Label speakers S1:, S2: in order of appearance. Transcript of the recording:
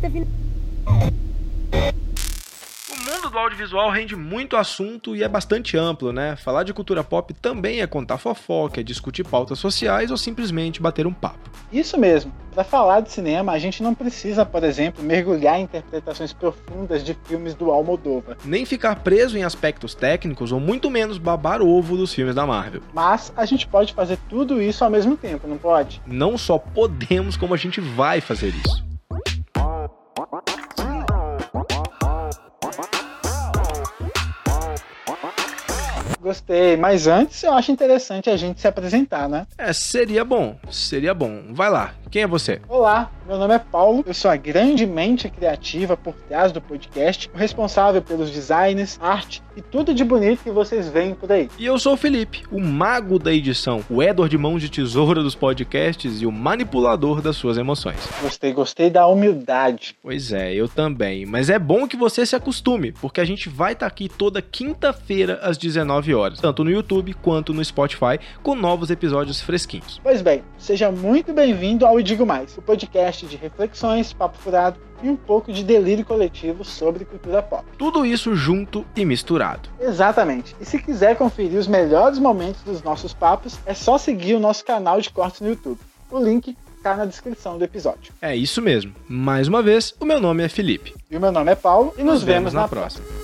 S1: da vida.
S2: O mundo do audiovisual rende muito assunto e é bastante amplo, né? Falar de cultura pop também é contar fofoca, é discutir pautas sociais ou simplesmente bater um papo.
S3: Isso mesmo. Para falar de cinema, a gente não precisa, por exemplo, mergulhar em interpretações profundas de filmes do Almodóvar,
S2: Nem ficar preso em aspectos técnicos ou muito menos babar ovo dos filmes da Marvel.
S3: mas a gente pode fazer tudo isso ao mesmo tempo, não pode?
S2: Não só podemos, como a gente vai fazer isso.
S3: Gostei, mas antes eu acho interessante a gente se apresentar, né?
S2: É, seria bom, seria bom. Vai lá, quem é você?
S3: Olá, meu nome é Paulo, eu sou a grande mente criativa por trás do podcast, o responsável pelos designs, arte e tudo de bonito que vocês veem por aí.
S2: E eu sou o Felipe, o mago da edição, o Edward de mão de tesoura dos podcasts e o manipulador das suas emoções.
S3: Gostei, gostei da humildade.
S2: Pois é, eu também. Mas é bom que você se acostume, porque a gente vai estar aqui toda quinta-feira às 19 horas, tanto no YouTube quanto no Spotify, com novos episódios fresquinhos.
S3: Pois bem, seja muito bem-vindo ao E Digo Mais, o podcast de reflexões, papo furado e um pouco de delírio coletivo sobre cultura pop.
S2: Tudo isso junto e misturado.
S3: Exatamente. E se quiser conferir os melhores momentos dos nossos papos, é só seguir o nosso canal de cortes no YouTube. O link tá na descrição do episódio.
S2: É isso mesmo. Mais uma vez, o meu nome é Felipe.
S3: E o meu nome é Paulo e nos, vemos, na próxima.
S2: próxima.